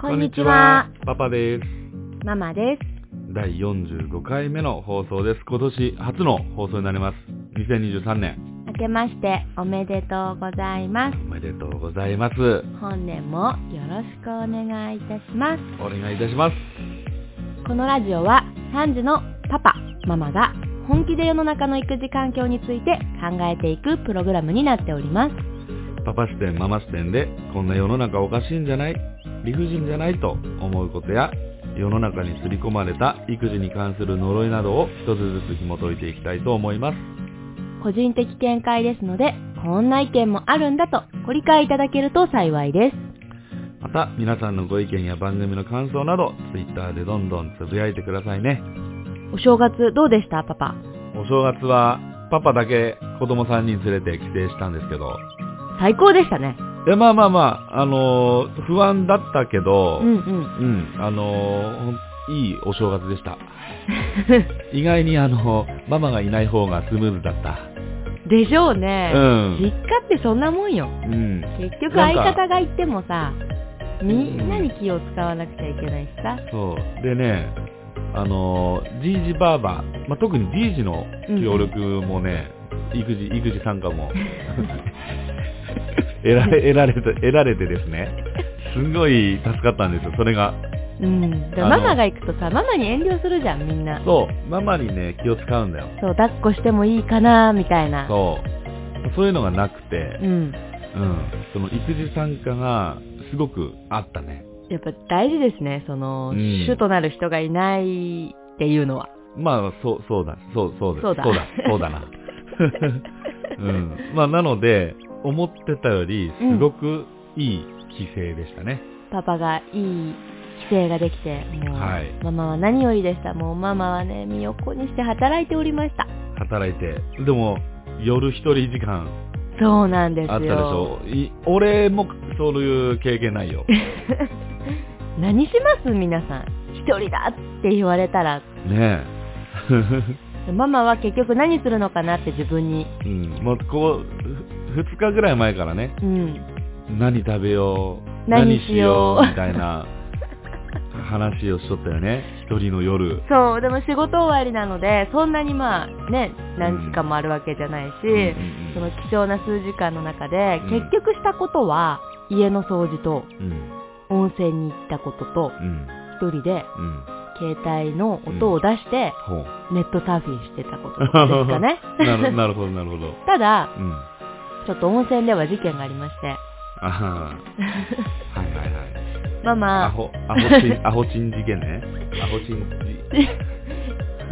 こんにちは。パパです。ママです。第45回目の放送です。今年初の放送になります。2023年。明けましておめでとうございます。おめでとうございます。本年もよろしくお願いいたします。お願いいたします。このラジオは3時のパパ、ママが本気で世の中の育児環境について考えていくプログラムになっております。パパ視点、ママ視点で、こんな世の中おかしいんじゃない理不尽じゃないと思うことや、世の中に刷り込まれた育児に関する呪いなどを一つずつ紐解いていきたいと思います。個人的見解ですので、こんな意見もあるんだとご理解いただけると幸いです。また、皆さんのご意見や番組の感想など、Twitter でどんどんつぶやいてくださいね。お正月どうでしたパパ。お正月は、パパだけ子供3人連れて帰省したんですけど、最高でしたね。で、まあまあまあ、あのー不安だったけど、うんうん。 うん、あのーいいお正月でした。意外にあの、ママがいない方がスムーズだった。でしょうね。うん。実家ってそんなもんよ。うん。結局なん相か方がいてもさみんなに気を使わなくちゃいけないしさ、そう。でね、あのー、じいじばあば、まあ、特にじいじの協力もね、育児、育児参加も、 得られ、得られて、得られてですね、すんごい助かったんですよ、それが。うん、だかあらのママが行くとさママに遠慮するじゃんみんなそう、ママにね、気を使うんだよ。そう抱っこしてもいいかなみたいなそう。そういうのがなくて、んうん。その育児参加がすごくあったね。やっぱ大事ですねその、うん主となる人がいないっていうのはまあ、そう、そうだ、そう、そうだ、そうだそうだ、そう だな。うん。まあ、なので、思ってたより、すごくいい帰省でしたね。パパがいい帰省ができてもう、はいママは何よりでしたもうママはね身を粉にして働いておりました働いて。でも、夜一人時間そうなんですあったでしよょ。い俺もそういう経験な いよ。何します皆さん一人だって言われたらねママは結局何するのかなって自分に、え。うん。もう、こう、2日ぐらい前からね、うん、何食べよう、何しよう何しみたいな話をしとったよね。一人の夜。そうでも仕事終わりなのでそんなにまあね何時間もあるわけじゃないし、うんその貴重な数時間の中で、うん結局したことは家の掃除とうん温泉に行ったこととうん一人でうん。携帯の音を出してほう。ネットサーフィンしてたこととかですか ねなるなるほど、なるほど。ただうん。ちょっと温泉では事件がありましてあはは。はいはいはい。マアマホ、アホチ ン、アホチン事件ね。アホチン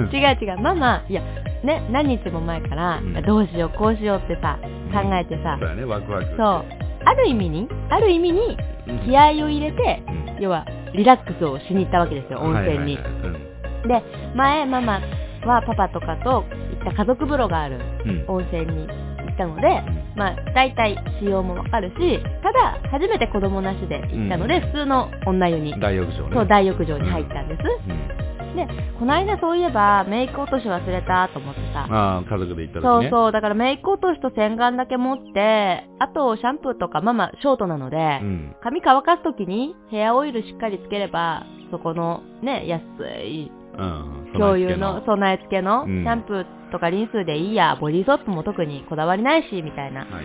事違う違うママいやね何日も前から、うんどうしようこうしようってさ考えてさ、そうだね、ワクワク。そう。ある意味に、ある意味にうん。気合を入れて、うん要はリラックスをしに行ったわけですよ、温泉に。はいはいはい前、ママはパパとかと行った家族風呂があるうん。うん温泉に行ったので、うんまあ、大体仕様もわかるし、ただ、初めて子供なしで行ったので、うん普通の女湯に、大浴場ね。そう、大浴場に入ったんです。うん。この間そういえば、メイク落とし忘れたと思ってさ、ああ、家族で行った時そうね。そう、だからメイク落としと洗顔だけ持って、あとシャンプーとか、ママショートなので、うん。髪乾かすときにヘアオイルしっかりつければ、そこのね、安いうん。共有の備え付けのうシんャンプーとかリンスでいいや、ボディーソープも特にこだわりないし、みたいなはいはいは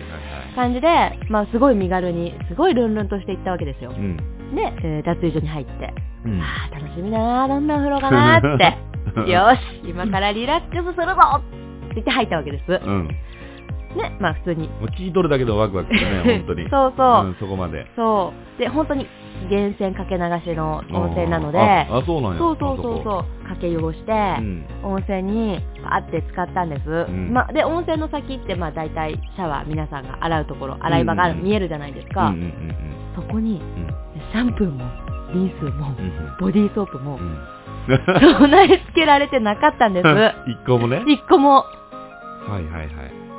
感じで、まあすごい身軽に、すごいルンルンとして行ったわけですよい。う。ん。で、えー脱衣所に入って、うん。あー楽しみだなー、どんなお風呂かなーって、 よし、今からリラックスするぞって言って入ったわけです。ね、うん。まあ普通に。もう聞いとるだけでワクワクする ね、本当に。そうそう。ん、そこまで。そう。で、本当に源泉かけ流しの温泉なので、あ、あそうなんや。そうそうそうあこそう、かけ湯をして、うん。温泉にパーって使ったんです。んまあ、で、温泉の先って、まあ大体シャワー皆さんが洗うところ、洗い場がある、うん見えるじゃないですうか。んうんうんそこに、うん。シャンプーも、リンスも、うんボディーソープもう、ん。備え付けられてなかったんです。一個もね。一個も。はいはいはい。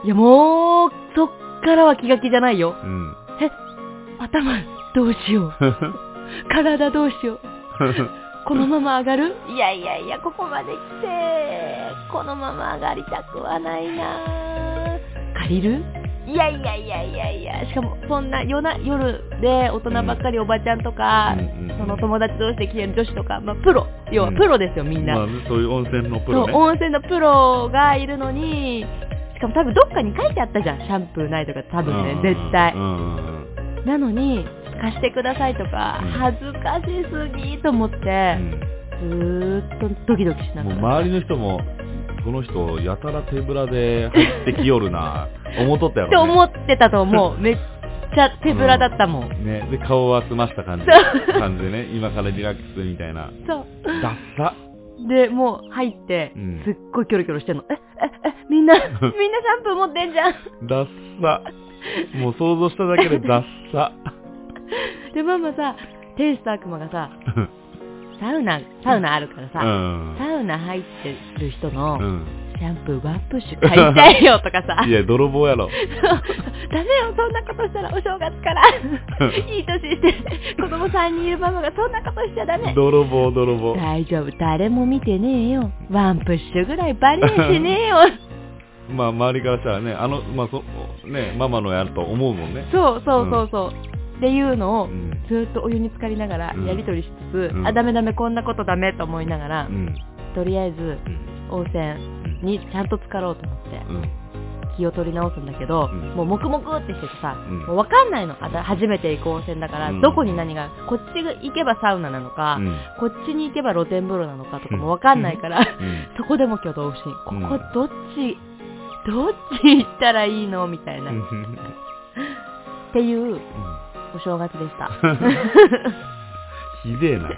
いや、もう、そっからは気が気じゃないよ。 うん。頭、どうしよう。体どうしよう。このまま上がるいやいやいや、ここまで来て、このまま上がりたくはないなぁ借りるいやいやいやいやいやしかもそんな夜な夜で大人ばっかりおばちゃんとか、うんうんその友達同士で来てる女子とか、まあ、プロ要はうんプロですよみんな、まあね、そういう温泉のプそロうね。温泉のプロがいるのにしかも多分どっかに書いてあったじゃんシャンプーないとか多分ね、うん絶対う、んうんなのに貸してくださいとかうん恥ずかしすぎと思って、ずーっとドキドキしうなんがもうら周りの人も、この人、やたら手ぶらで入ってきよ るな、思っとったやってろ、ね。思ってたと 思うめっちゃ手ぶらだったもん、ね、で、顔は澄ました感じ。感じでね、今からリラックスみたいな。そうダッサで、もう入ってうん、すっごいキョロキョロしてんの。え、え、え、 みんな、みんなシャンプー持ってんじゃん。ダッサもう想像しただけでダッサで、ママさ、天使と悪魔がさ、サウナ、サウナあるからうさ、ん。サウナ入ってる人のうん。シャンプーワンプッシュ買いたいよとかさ い、や、泥棒やろ。ダメよ、そんなことしたらお正月から、 いい年して、子供3人いるママがそんなことしちゃダメ。 泥棒、泥棒。大丈夫、誰も見てねえよ。ワンプッシュぐらいバレやしねえよ。まあ、周りからしたらね、あの、まあ、そ、ね、ママのやると思うもんね。 そうそうそうそう。っていうのうを、ん。ずーっとお湯に浸かりながらうんやり取りしつつ、うんあダメダメこんなことダメと思いながら、うん。とりあえずうん。温泉うん。にちゃんと浸かろうと思ってうん。気を取り直すんだけど、うんもう黙々ってしててさ、うんもう分かんないのあた初めて行く温泉だから、うんどこに何がこっち行けばサウナなのか、うんこっちに行けば露天風呂なのかとかも分かんないから、うん。そこでも挙動不審こうんこどっち、どっち行ったらいいのみたいな、うっんていうお正月でした。 ひでえな。も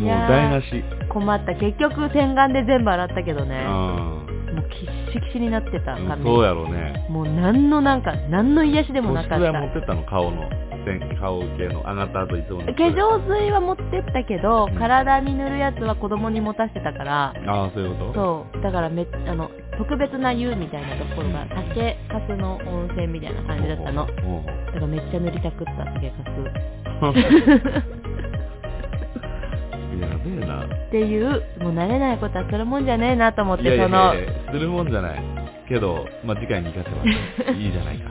ういやー台無し。困った結局洗顔で全部洗ったけどねもあうきっしきしになってたあ。髪、そうやろうね。もう何のなんか何の癒しでも保な湿かっ剤持たってったの顔の。全顔系の上がった後いつもの化粧水は持ってったけど、うん体に塗るやつは子供に持たせてたからああ、そういうことそうだからめあの特別な湯みたいなところが酒かすの温泉みたいな感じだったのだほうほうほうからめっちゃ塗りたくった酒かすやべえな。っていうもう慣れないことはするもんじゃねえなと思っていやいやそいのやいやするもんじゃない。けど、まあ、次回に行かせば いいじゃないか。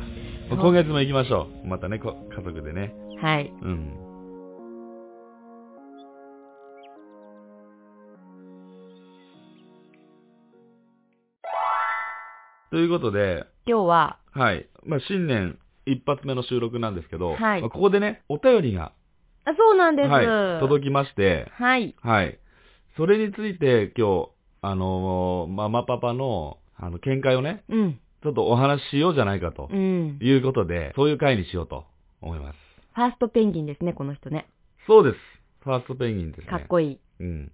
まあ今月も行きましょう。またね、こ家族でね。はいうん。ということで、今日ははい。まあ、新年一発目の収録なんですけど、はいまあここでね、お便りが、あそうなんです、はい、届きまして、はいはい。それについて今日、あのーママパパの、あの、見解をね、うんちょっとお話ししようじゃないかとうんいうことで、そういう回にしようと思います。ファーストペンギンですね、この人ね。そうです。ファーストペンギンですね。かっこいい。いい。うん。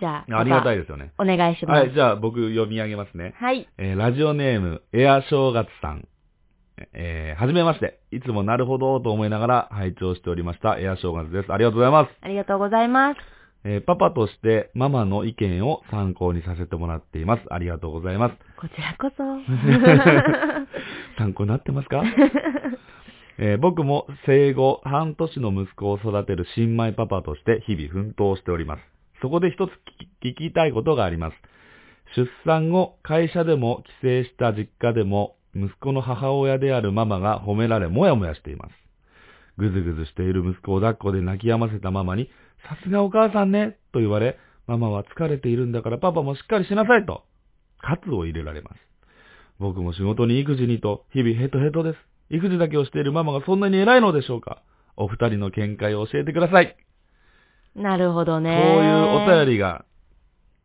じゃあ、ありがたい。いですよね。お願いします。は、はいい。じゃあ僕読み上げますね。えーラジオネーム、エア正月さん。えーはじめまして。いつもなるほどと思いながら拝聴しておりました。エア正月です。ありがとうございます。ありがとうございます。えーパパとしてママの意見を参考にさせてもらっています。ありがとうございます。こちらこそ。 参考になってますか、えー僕も生後半年の息子を育てる新米パパとして日々奮闘しております。そこで一つ聞き聞きたいことがあります。出産後、会社でも帰省した実家でも、息子の母親であるママが褒められ、もやもやしています。ぐずぐずしている息子を抱っこで泣き止ませたママに、さすがお母さんね、と言われ、ママは疲れているんだからパパもしっかりしなさいと、喝を入れられます。僕も仕事に育児にと、日々ヘトヘトです。育児だけをしているママがそんなに偉いのでしょうかお二人の見解を教えてください。なるほどこうね。いうおり。便りが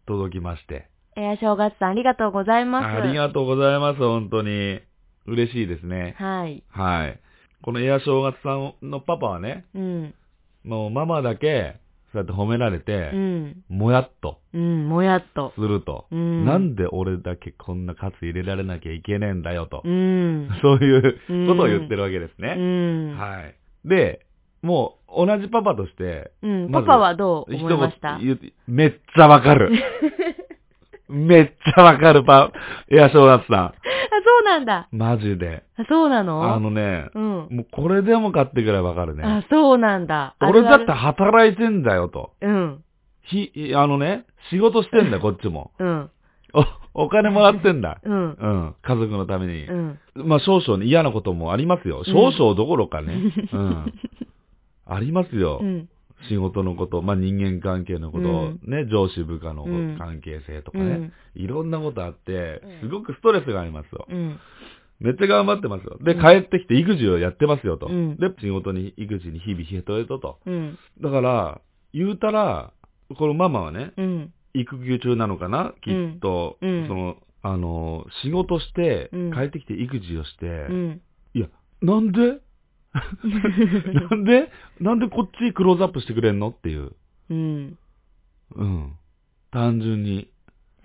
届きまして。えー、正月さん、ありがとうございます。ありがとうございます、本当に。嬉しいですね。はい。はい。このエア正月さんのパパはね、うん。もうママだけ、そうやって褒められうて、ん。もやっとうん、もやっと。すると。うんなんで俺だけこんな喝入れられなきゃいけねえんだよとう。ん。そういううんことを言ってるわけですうね。ん。はい。で、もう同じパパとして、うん。まパずパはどう思いました一言言うめっちゃわか る。めっちゃわかるパ、エア正あ、月さそうなんだ。ん。マジで。あ、そうなのあのね、うん。もうこれでもかってぐらいわかるね。あ、そうなんだ。あ俺るだあっるて。働いてんだよと。うん。 ひ、あのね、仕事してんだよ、こっちも。うん。お、お金もらってんだ。うん。うん。家族のためにう。ん。まあ少々ね嫌なこともありますよ。少々どころかね。うん。ありますよう。ん。仕事のこと、まあ人間関係のこと、うんね、上司部下のうん関係性とかうね。ん。いろんなことあってうん、すごくストレスがありますよ。うん。めっちゃ頑張ってますよ。で、うん帰ってきて育児をやってますよと。うんで、仕事に、育児に日々ヘトヘトと。うん。だから、言うたら、このママはね、うん。育休中なのかなきっと、うんその、あの、仕事してうん、帰ってきて育児をして、うん。 いや、なんでなんでなんでこっちクローズアップしてくれんのっていう。うん。うん。単純に。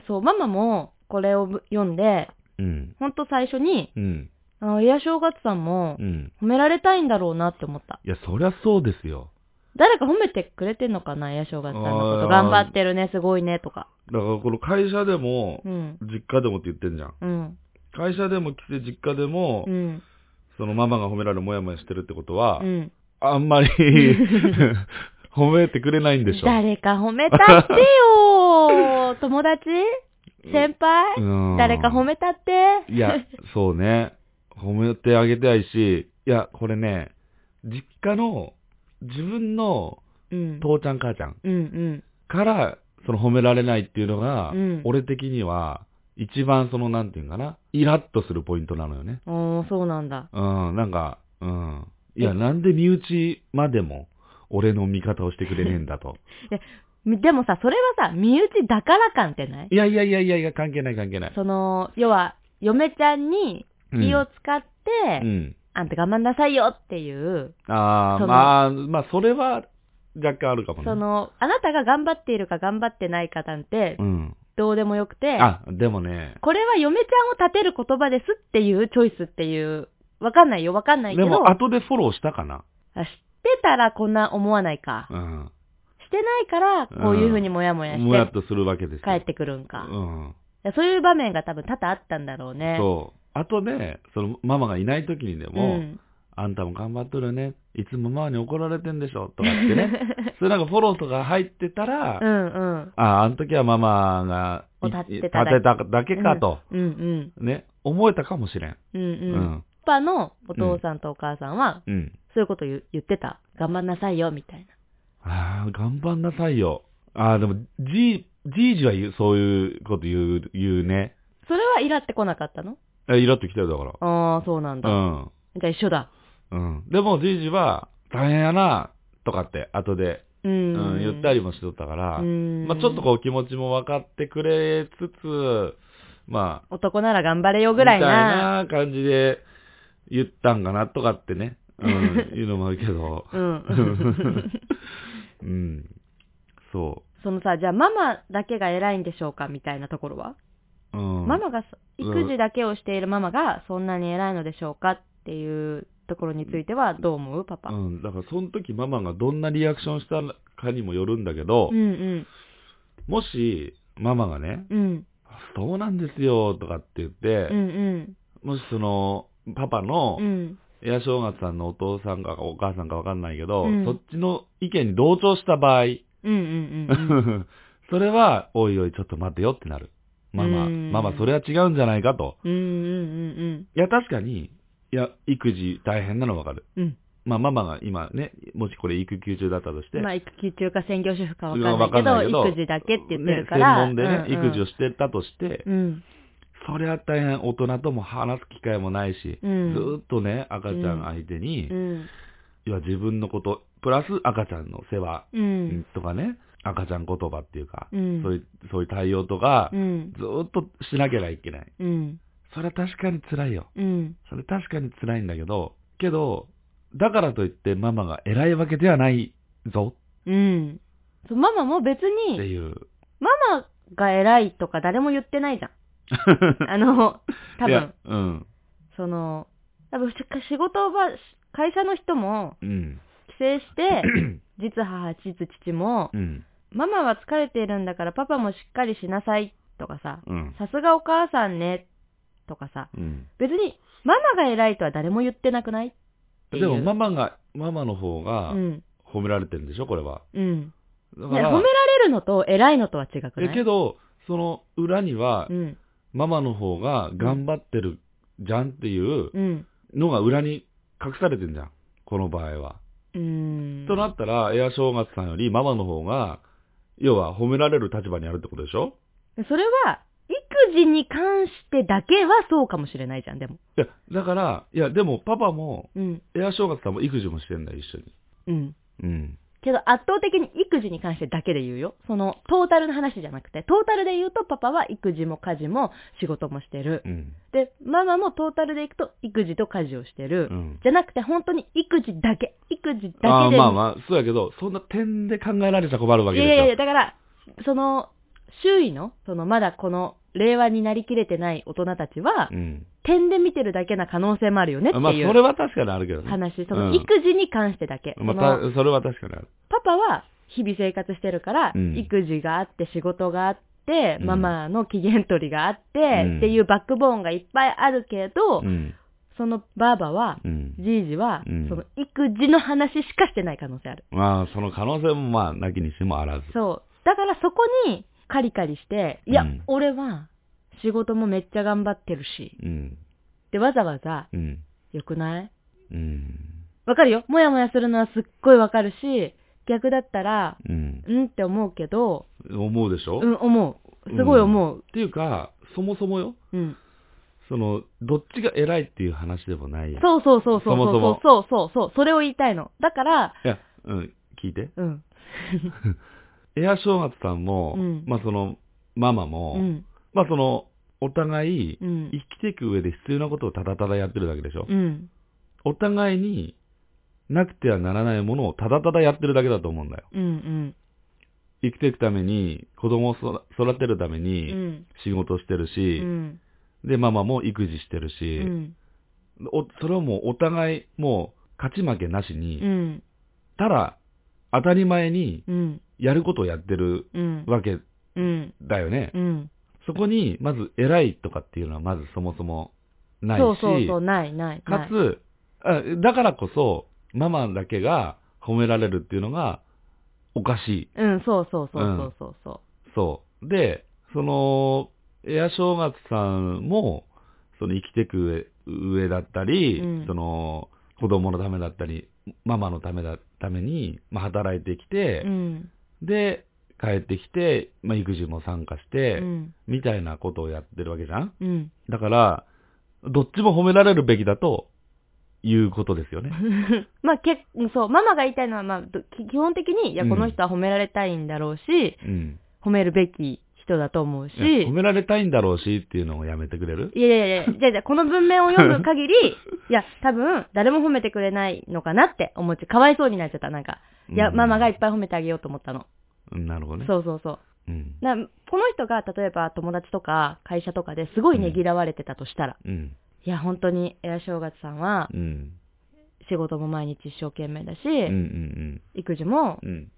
そう、ママもこれをぶ読んで、うん。ほんと最初に、うん。あいや正月さんもうん。褒められたいんだろうなって思った。いや、そりゃそうですよ。誰か褒めてくれてんのかな、いや正月さんのこあーと。頑張ってるね、すごいね、とか。だからこの会社でも、うん。実家でもって言ってんじゃん。うん。会社でも来て実家でも、うん。そのママが褒められるもやもやしてるってことは、うん。あんまり褒めてくれないんでしょ。誰か褒めたって よー友達先輩、うん誰か褒めたっていや、そうね。褒めてあげたいし、いや、これね、実家の自分のうん。父ちゃん母ちゃんうんうん。から、その褒められないっていうのが、うん俺的には、一番その、なんていうんかな、イラッとするポイントなのよね。おー、そうなんだ。うん、なんか、うん。いや、なんで身内までも、俺の味方をしてくれねえんだと。みでもさ、それはさ、身内だから感って ないいやいやいやいやいや、関係ない関係ない。その、要は、嫁ちゃんに気を使って、うん。うんあんた我慢なさいよっていう、ああ、そのまあ、まあ、それは、若干あるかもね。その、あなたが頑張っているか頑張ってないかなんてう、ん。どうでもよくて、あ、でもね、これは嫁ちゃんを立てる言葉ですっていうチョイスっていう、わかんないよ、わかんないけでど、も、後でフォローしたかな。あ知ってたらこんな思わないか。うん。してないから、こういうふうにもやもやもやっしてとするわけですよ。帰ってくるんか。うん。いやそういう場面が多分多々あったんだろうね。そう。あとで、その、ママがいない時にでも、ん。あんたも頑張っとるね。いつもママに怒られてんでしょとかっ てね。それなんかフォローとか入ってたら、うんうん。ああ、あの時はママがをい立立っててたただだけかと、うんうん。ね、思えたかもしれん。うんううん。ん。パパのお父さんとお母さんは、うん。そういうこと言う言ってた。頑張んなさいよ、みたいああ、頑張んなさいよ。ああ、でも、じい、じいじは言う、そういうこと言う、言うね。な。それはイラってこなかったのえ、イラっときたよ、だかああ、そうなんだ。ら。うん。じゃあ一緒だ。うん。でも、じいじは、大変やな、とかって、後で、う。うんん、言ったりもしとったから、うん。まあちょっとこう気持ちも分かってくれつつ、まあ、男なら頑張れよぐらいな。みたいな感じで言ったんかなとかってね、 うん、いうのもあるけど、うん。うん、そそのさ、じゃあママだけが偉いんでしょうかみたいなところは、う。うん、ママがそ、うん育児だけをしているママがそんなに偉いのでしょうかっていうところについてはどう思うパパ。うん、だからその時ママがどんなリアクションしたかにもよるんだけど、うんうん。もしママがね、うん。そうなんですよとかって言ってうんう、ん。もしその、パパのう、ん。エア正月さんのお父さんかお母さんかわかんないけど、うんそっちの意見に同調した場合、うんうんうん。それは、おいおい、ちょっと待てよってなる。ママ、うんママ、それは違うんじゃないかと。うんうんうんいや、確かに、いや、育児大変なのわかる。うん。まあ、ママが今ね、もしこれ育休中だったとして、まあ、育休中か専業主婦かわかんわかんなないいけけどど、育児だけって言ってるから。ね、専門でね、うんうん育児をしてたとして、うん。それは大変、大人とも話す機会もないし、うんずーっとね、赤ちゃん相手に、うん。要は自分のこと、プラス赤ちゃんの世話ううんん。とかね、赤ちゃん言葉っていうか、うん。そういう、そういう対応とかう、ん。ずーっとしなきゃいけない。うん。それは確かに辛いよ。うん。それ確かに辛いんだけど、けど、だからといってママが偉いわけではないぞうん。そうママも別ってに、いう。ママが偉いとか誰も言ってないじゃん。あの、 多いや分、うん。その、多分し仕事場、し会社の人もうん。帰省 して、実母、実父も、うん。ママは疲れているんだからパパもしっかりしなさいとかさ、うん。さすがお母さんね、とかさ、うん。別に、ママが偉いとは誰も言ってなくないっていうでもママが、ママの方がうん。褒められてるんでしょこれは。うん。だいかやら褒めら、れるのと偉いのとは違くえないけど、その裏には、うん。ママの方が頑張ってるじゃんっていううん。のが裏に隠されてんじゃん。この場合は。うん。となったら、エア正月さんよりママの方が、要は褒められる立場にあるってことでしょそれは、育児に関してだけはそうかもしれないじゃん、でも。いや、だから、いや、でもパパも、うん。エア正月さんも育児もしてんだよ、一緒に。うん。うん。けど圧倒的に育児に関してだけで言うよ。その、トータルの話じゃなくて、トータルで言うとパパは育児も家事も仕事もしてるう。ん。で、ママもトータルでいくと育児と家事をしてる。うん。じゃなくて本当に育児だけ、育児だけで。ああ、まあまあ、そうやけど、そんな点で考えられちゃ困るわいけやでいすよ。やいや、だから、その、周囲の、そのまだこの、令和になりきれてない大人たちは、うん。点で見てるだけな可能性もあるよねってまあ、そいう。れは確かにあるけどね。話、そうのん育児に関してだけ。まそのた、それは確かにある。パパは日々生活してるから、うん育児があって仕事があって、うんママの機嫌取りがあって、うんっていうバックボーンがいっぱいあるけど、うん。そのバーバは、うんじ。いじは、うんその育児の話しかしてない可能性ある。まあ、その可能性もまあ、なきにしもあらず。そう。だからそこにカリカリして、いや、うん俺は仕事もめっちゃ頑張ってるし、うん。でわざわざ、うん。よくないうん。わかるよ。もやもやするのはすっごいわかるし、逆だったら、うん。うんって思うけど、思うでしょ、うっん、思う。すごい思う。ていうか、そもそもよ、うん。その、どっちが偉いっていう話でもないやん。そうそうそうそうそもそそうもそうそうそう。それを言いたいの。だから、いや、うん、聞いて。うん。エア正月さんも、うんまあその、ママうも、ん。まあその、お互い、うん生。きていく上で必要なことをただただやってるだけでしょ、うん。お互いになくてはならないものをただただやってるだけだと思うんだよ。うん。うん。生きていくために、子供をそら育てるためうに、ん。仕事してるうし、ん。で、ママも育児してるうし、ん。おそれをもうお互い、もう勝ち負けなしに、うん。ただ、当たり前にうん。やることをやってるうん。わけうん。だよね。うん。そこに、まず偉いとかっていうのはまずそもそもないし、そうそうそう、ないないない。かつ、あだからこそ、ママだけが褒められるっていうのがおかしい。うん、そうそうそうそうそうそそう。で、その、エア正月さんも、その生きてく上上だったり、うんその、子供のためだったり、ママのためだ、ために、まあ、働いてきう。てう、ん。で、帰ってきて、まあ、育児も参加しうて、ん。みたいなことをやってるわけじゃんうん。だから、どっちも褒められるべきだと、いうことですよね。まあ、けそう、ママが言いたいのは、まあ、どき基本的に、いや、この人は褒められたいんだろうし、うん。褒めるべき人だと思うし、いや褒められたいんだろうしっていうのをやめてくれるいやいやいや、じゃあじゃあこの文面を読む限り、いや、多分、誰も褒めてくれないのかなって思っちゃう。かわいそうになっちゃった、なんか。いや、うんママがいっぱい褒めてあげようと思ったの。うんなるほどね。そうそうそう。うん。なこの人が、例えば友達とか会社とかですごいねぎらわれてたとしたら、うん。いや、本当に、エア正月さんは、うん。仕事も毎日一生懸命だし、うんうん育児もうん。うん。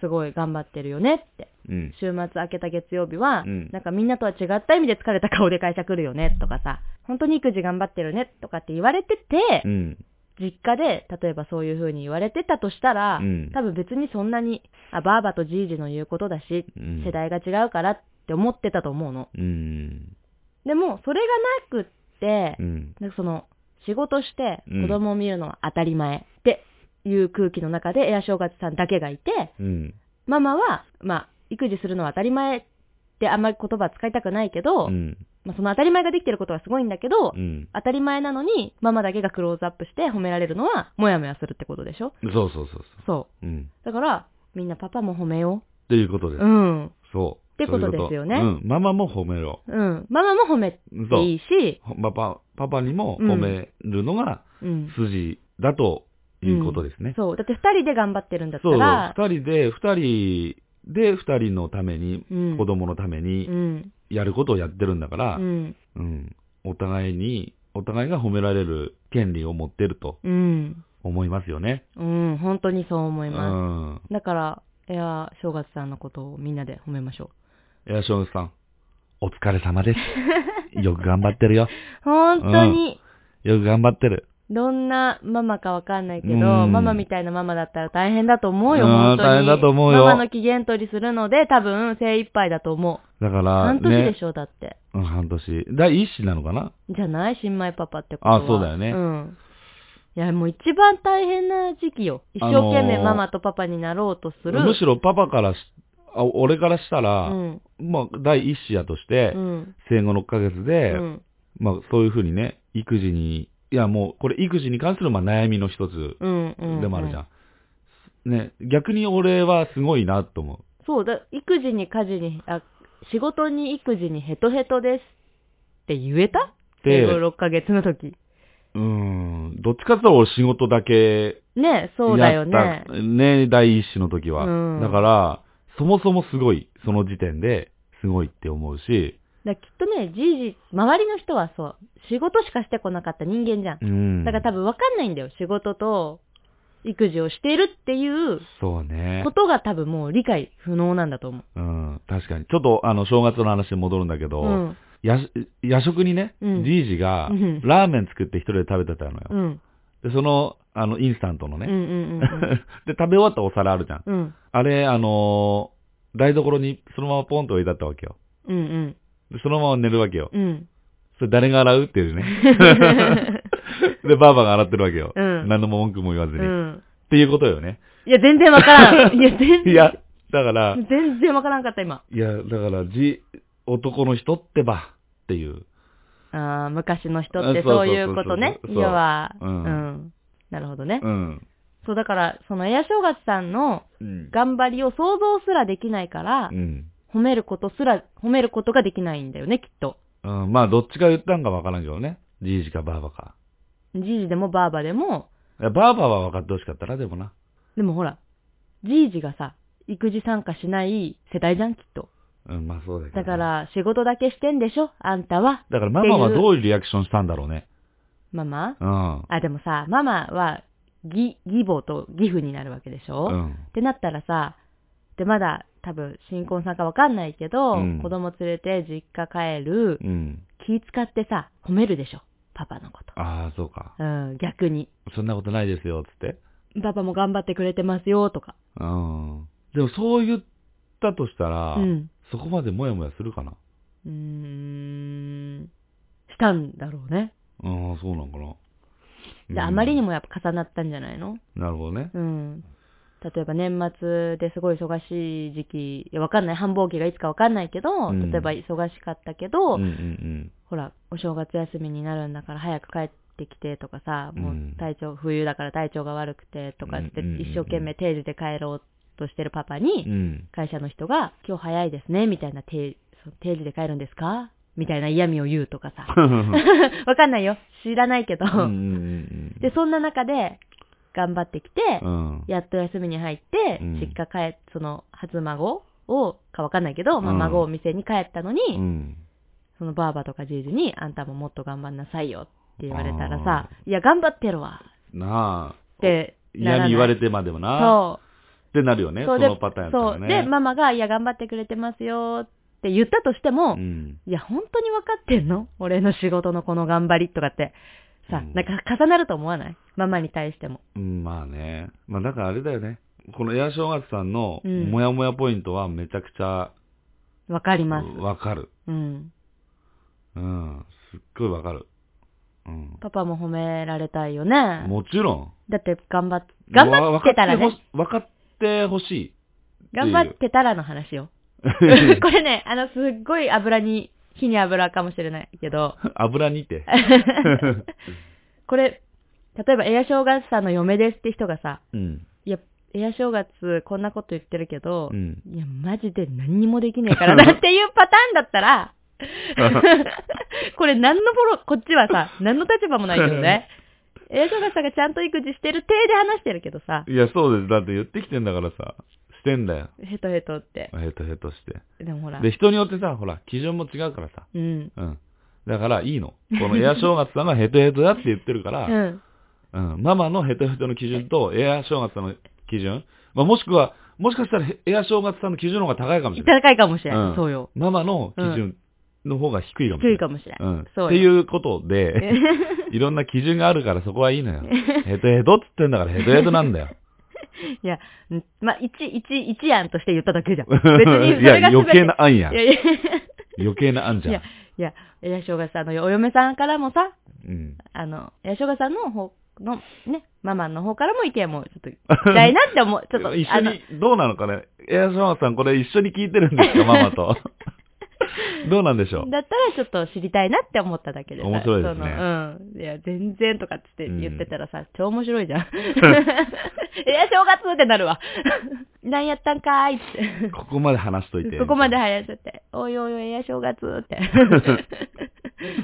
すごい頑張ってるよねって。うん。週末明けた月曜日は、うんなんかみんなとは違った意味で疲れた顔で会社来るよねとかさ、本当に育児頑張ってるねとかって言われてて、うん。実家で、例えばそういう風に言われてたとしたら、うん多分別にそんなに、あ、ばあばとじいじの言うことだし、うん世代が違うからって思ってたと思うの。うん。でも、それがなくってう、ん。なんかその、仕事してうん子供を見るのは当たり前っていう空気の中でエア正月さんだけがいて、うん。ママは、まあ、育児するのは当たり前ってあんまり言葉は使いたくないけど、うん。まあ、その当たり前ができてることはすごいんだけど、うん。当たり前なのにママだけがクローズアップして褒められるのはモヤモヤするってことでしょそうそうそうそ。そううん。う。だから、みんなパパも褒めよということう。ですう。ん。そう。ってことですよねそういうことうん。ママも褒めろ。うん。ママも褒めてそういいし、ほパパ、パパにも褒めるのがうん。筋だということですね。そう。だって二人で頑張ってるんだったそう。ら、二人で、二人で、二人のために、うん子供のたうめに、ん。やることをやってるんだかうら、ん。うん。お互いに、お互いが褒められる権利を持ってるとうん。思いますよね。うん。本当にそう思ういまん。す。だから、いや、正月さんのことをみんなで褒めましょう。いや、ショーンさん、お疲れ様です。 よく頑張ってるよ。本当に、よく頑張ってる。どんなママかわかんないけど、うんママみたいなママだったら大変だと思うよ、うん本当に。大変だと思うよママの機嫌取りするので、多分精一杯だと思だから、半年でしょ、だって。うん、半年。第一子なのかなじゃない新米パパってことは。あそうだよねうん。いや、もう一番大変な時期よ。一生懸あ命のーママとパパになろうとする。むしろパパからし、あ俺からしたうら、ん。まあ、第一子やとして、うん。生後6ヶ月うで、ん。まあ、そういうふうにね、育児に、いや、もう、これ育児に関する、まあ、悩みの一つうん。うん。でもあるじゃん。ん。ね、逆に俺はすごいなと思そうだ、育児に家事に、あ、仕事に育児にヘトヘトですって言えたで生後6ヶ月の時。う。うーん、どっちかっていうと俺仕事だけねそうだやよっねた。。ね、第一子の時は。うんだから、そもそもすごい、その時点ですごいって思うし、だからきっとね、じいじ、周りの人はそう、仕事しかしてこなかった人間じゃん。うん。だから多分分かんないんだよ。仕事と育児をしているっていうそうねこ。とが多分もう理解不能なんだと思う。うん、確かに。ちょっと、あの、正月の話に戻るんだけど、うん。やし夜食にね、うんじいじがうん、ラーメン作って一人で食べてたのよ。うん。で、その、あの、インスタントのうんうね。んで、食べ終わったお皿あるじゃん。うん。うん。あれ、あのー台所にそのままポンと置いてあったわけよ。うんうん。で、そのまま寝るわけよ。うん。それ誰が洗うっ ていうね。 で、ばあばが洗ってるわけよ。うん何の文句も言わずに。うっん。ていうことよね。いや、全然わから ん。いや、全い然。や、だから、全然わからんかった、今。いや、だから、じ、男の人ってば、っていう。あー昔の人ってあそうそうそういうことね。そうそうそう要は、ううんん。なるほどねう。ん。そう、だから、そのエア正月さんのうん。頑張りを想像すらできないからう、ん。褒めることすら、褒めることができないんだよね、きっと。うん、まあ、どっちが言ったんかわからんけどね。じいじかばあばか。じいじでもばあばでも、いやばあばは分かってほしかったな、でもな。でもほら、じいじがさ、育児参加しない世代じゃん、きっと。うん、まあそうだけどね、だから、仕事だけしてんでしょあんたは、だからママはっていうどういうリアクションしたんだろうね。ママ。うん。あ、でもさ、ママは、義、義母と義父になるわけでしょうん。ってなったらさ、で、まだ多分新婚さんかわかんないけど、うん子供連れて実家帰る、うん。気使ってさ、褒めるでしょ、パパのこと。ああ、そうか。うん、逆に。そんなことないですよ、つって。パパも頑張ってくれてますよ、とか。うん。でもそう言ったとしたら、うん。そこまでモヤモヤするかな。うーん、したんだろうね。ああ、そうなんかな。うんで、あまりに。もやっぱ重なったんじゃないのなるほどね。うん。例えば年末ですごい忙しい時期、いやわかんない、繁忙期がいつかわかんないけど、うん例えば忙しかったけど、うんうんほら、お正月休みになるんだから早く帰ってきてとかさ、もうんう体調、冬だから体調が悪くてとかって、うんうんうんうん一生懸命定時で帰ろうとしてるパパに、うん。うん。会社の人が、今日早いですね、みたいな定、その定時で帰るんですかみたいな嫌味を言うとかさ。 わかんないよ。知らないけど。うんうんで、そんな中で、頑張ってきて、うん。やっと休みに入って、うん実家帰っ、その、初孫を、かわかんないけど、まあうん孫を店に帰ったのに、うん。そのバーバとかじいじに、あんたももっと頑張んなさいよって言われたらさあ、いや、頑張ってるわなあ。ってな嫌らなにい言われてまでもな。そってなるよう。ね。そそうでのパターンやったらね。そう。で、ママが、いや、頑張ってくれてますよって言ったとしても、うん。いや、本当に分かってんの俺の仕事のこの頑張りとかって。さ、うんなんか重なると思わないママに対しても。うん、まあね。まあだからあれだよね。このエア正月さんのうんモヤモヤポイントはめちゃくちゃわかります。わかる。うん。うん。すっごいわかる。うん。パパも褒められたいよね。もちろん。だって頑張っ、頑張ってたらね。わかってほしい。頑張ってたらの話 よ。わこかってほし い。れね、あの、すっごい油に、火に油かもしれないけど、 油にて。これ、例えばエア正月さんの嫁ですって人がさ、うん。いや、エア正月こんなこと言ってるけど、うん。いや、マジで何にもできねえ からなっていうパターンだったら、これ何のフォロー、こっちはさ、何の立場もないけどね。エア正月さんがちゃんと育児してる体で話してるけどさ、いや、そうです。だって言ってきてんだからさ。してんだよ。ヘトヘトって。ヘトヘトして。でもほら。で、人によってさ、ほら、基準も違うからさ。うん。うん。だから、いいの。このエア正月さんがヘトヘトだって言ってるかうら、ん。 うん、ママのヘトヘトの基準とエア正月さんの基準、まあ、もしくは、もしかしたらへエア正月さんの基準の方が高いかもしれない。高いかもしれない。うんそうよ。ママの基準の方が低いかもし低れないい。かもしれない。うん、っそうよていうこと で、いろんな基準があるからそこはいいのよ。ヘトヘトっつってんだからヘトヘトなんだよ。いや、うんまあ、一、一、一案として言っただけじゃん。別にそれが全て。いや余計な案やんいやいや、い余計な案じゃん。や、いや、いや、しょうがさんのお嫁さんからもさ、うん。あの、八がさんの方の、ね、ママの方からも意見もちょっと聞きたいなって思う。ちょっと、 一あ緒の、に、どうなのかねエアシャワーさん、これ一緒に聞いてるんですかママ と。どうなんでしょうだったらちょっと知りたいなって思っただけでさ。面白いですねそのうん。いや、全然とかっつって言ってたらさ、超面白いじ ゃん。いや、 正月ってなるわ。 何やったんかーいって。ここまで話しといて。ここまで話しちゃって、おいおいおい、いや、正月 って。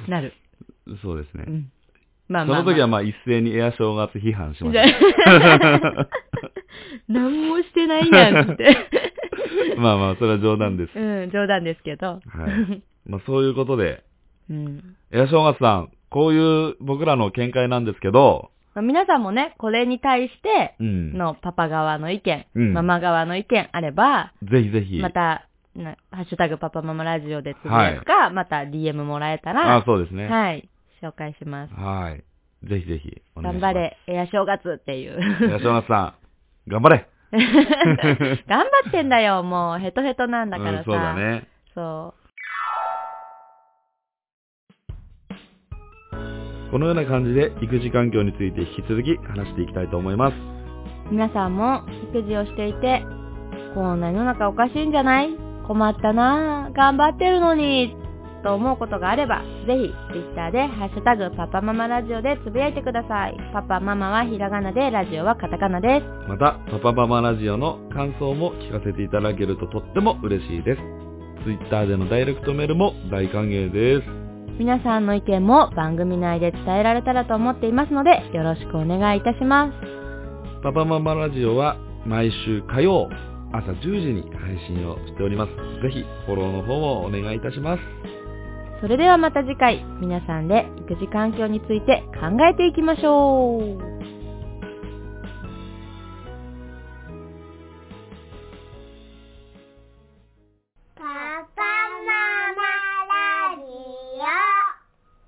なる。そうですうね。ん。まあそまあ、まあ。の時はまあ一斉にエア正月批判しまじゃしあ 何もしてないやんって。た。まあまあ、それは冗談です。うん、冗談ですけど。はい。まあそういうことで、 うん。エア正月さん、こういう僕らの見解なんですけど、まあ皆さんもね、これに対してうん。のパパ側の意見、うんママ側の意見あれば、ぜひぜひ。また、なハッシュタグパパママラジオでつぶやくか、また DM もらえたら、あ、そうですね。はい、紹介します。はい。ぜひぜひ。お願い頑し張ます。れ、エア正月っていう。エア正月さん、頑張れ 頑張ってんだよ、もう、ヘトヘトなんだからさ。うん、そうだね。そう。このような感じで育児環境について引き続き話していきたいと思います。皆さんも育児をしていて、こんな世の中おかしいんじゃない困ったなぁ、頑張ってるのに、と思うことがあれば、ぜひ、ツイッターで、ハッシュタグ、パパママラジオでつぶやいてください。パパママはひらがなで、ラジオはカタカナです。また、パパママラジオの感想も聞かせていただけるととっても嬉しいです。Twitter でのダイレクトメールも大歓迎です。皆さんの意見も番組内で伝えられたらと思っていますので、よろしくお願いいたします。パパママラジオは毎週火曜朝10時に配信をしております。ぜひフォローの方をお願いいたします。それではまた次回、皆さんで育児環境について考えていきましょう。